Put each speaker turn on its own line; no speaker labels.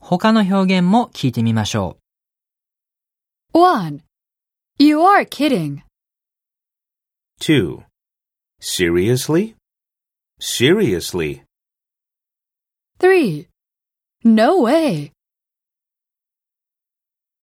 他の表現も聞いてみましょ
1. You are kidding.
2. Seriously? Seriously.
3. No way.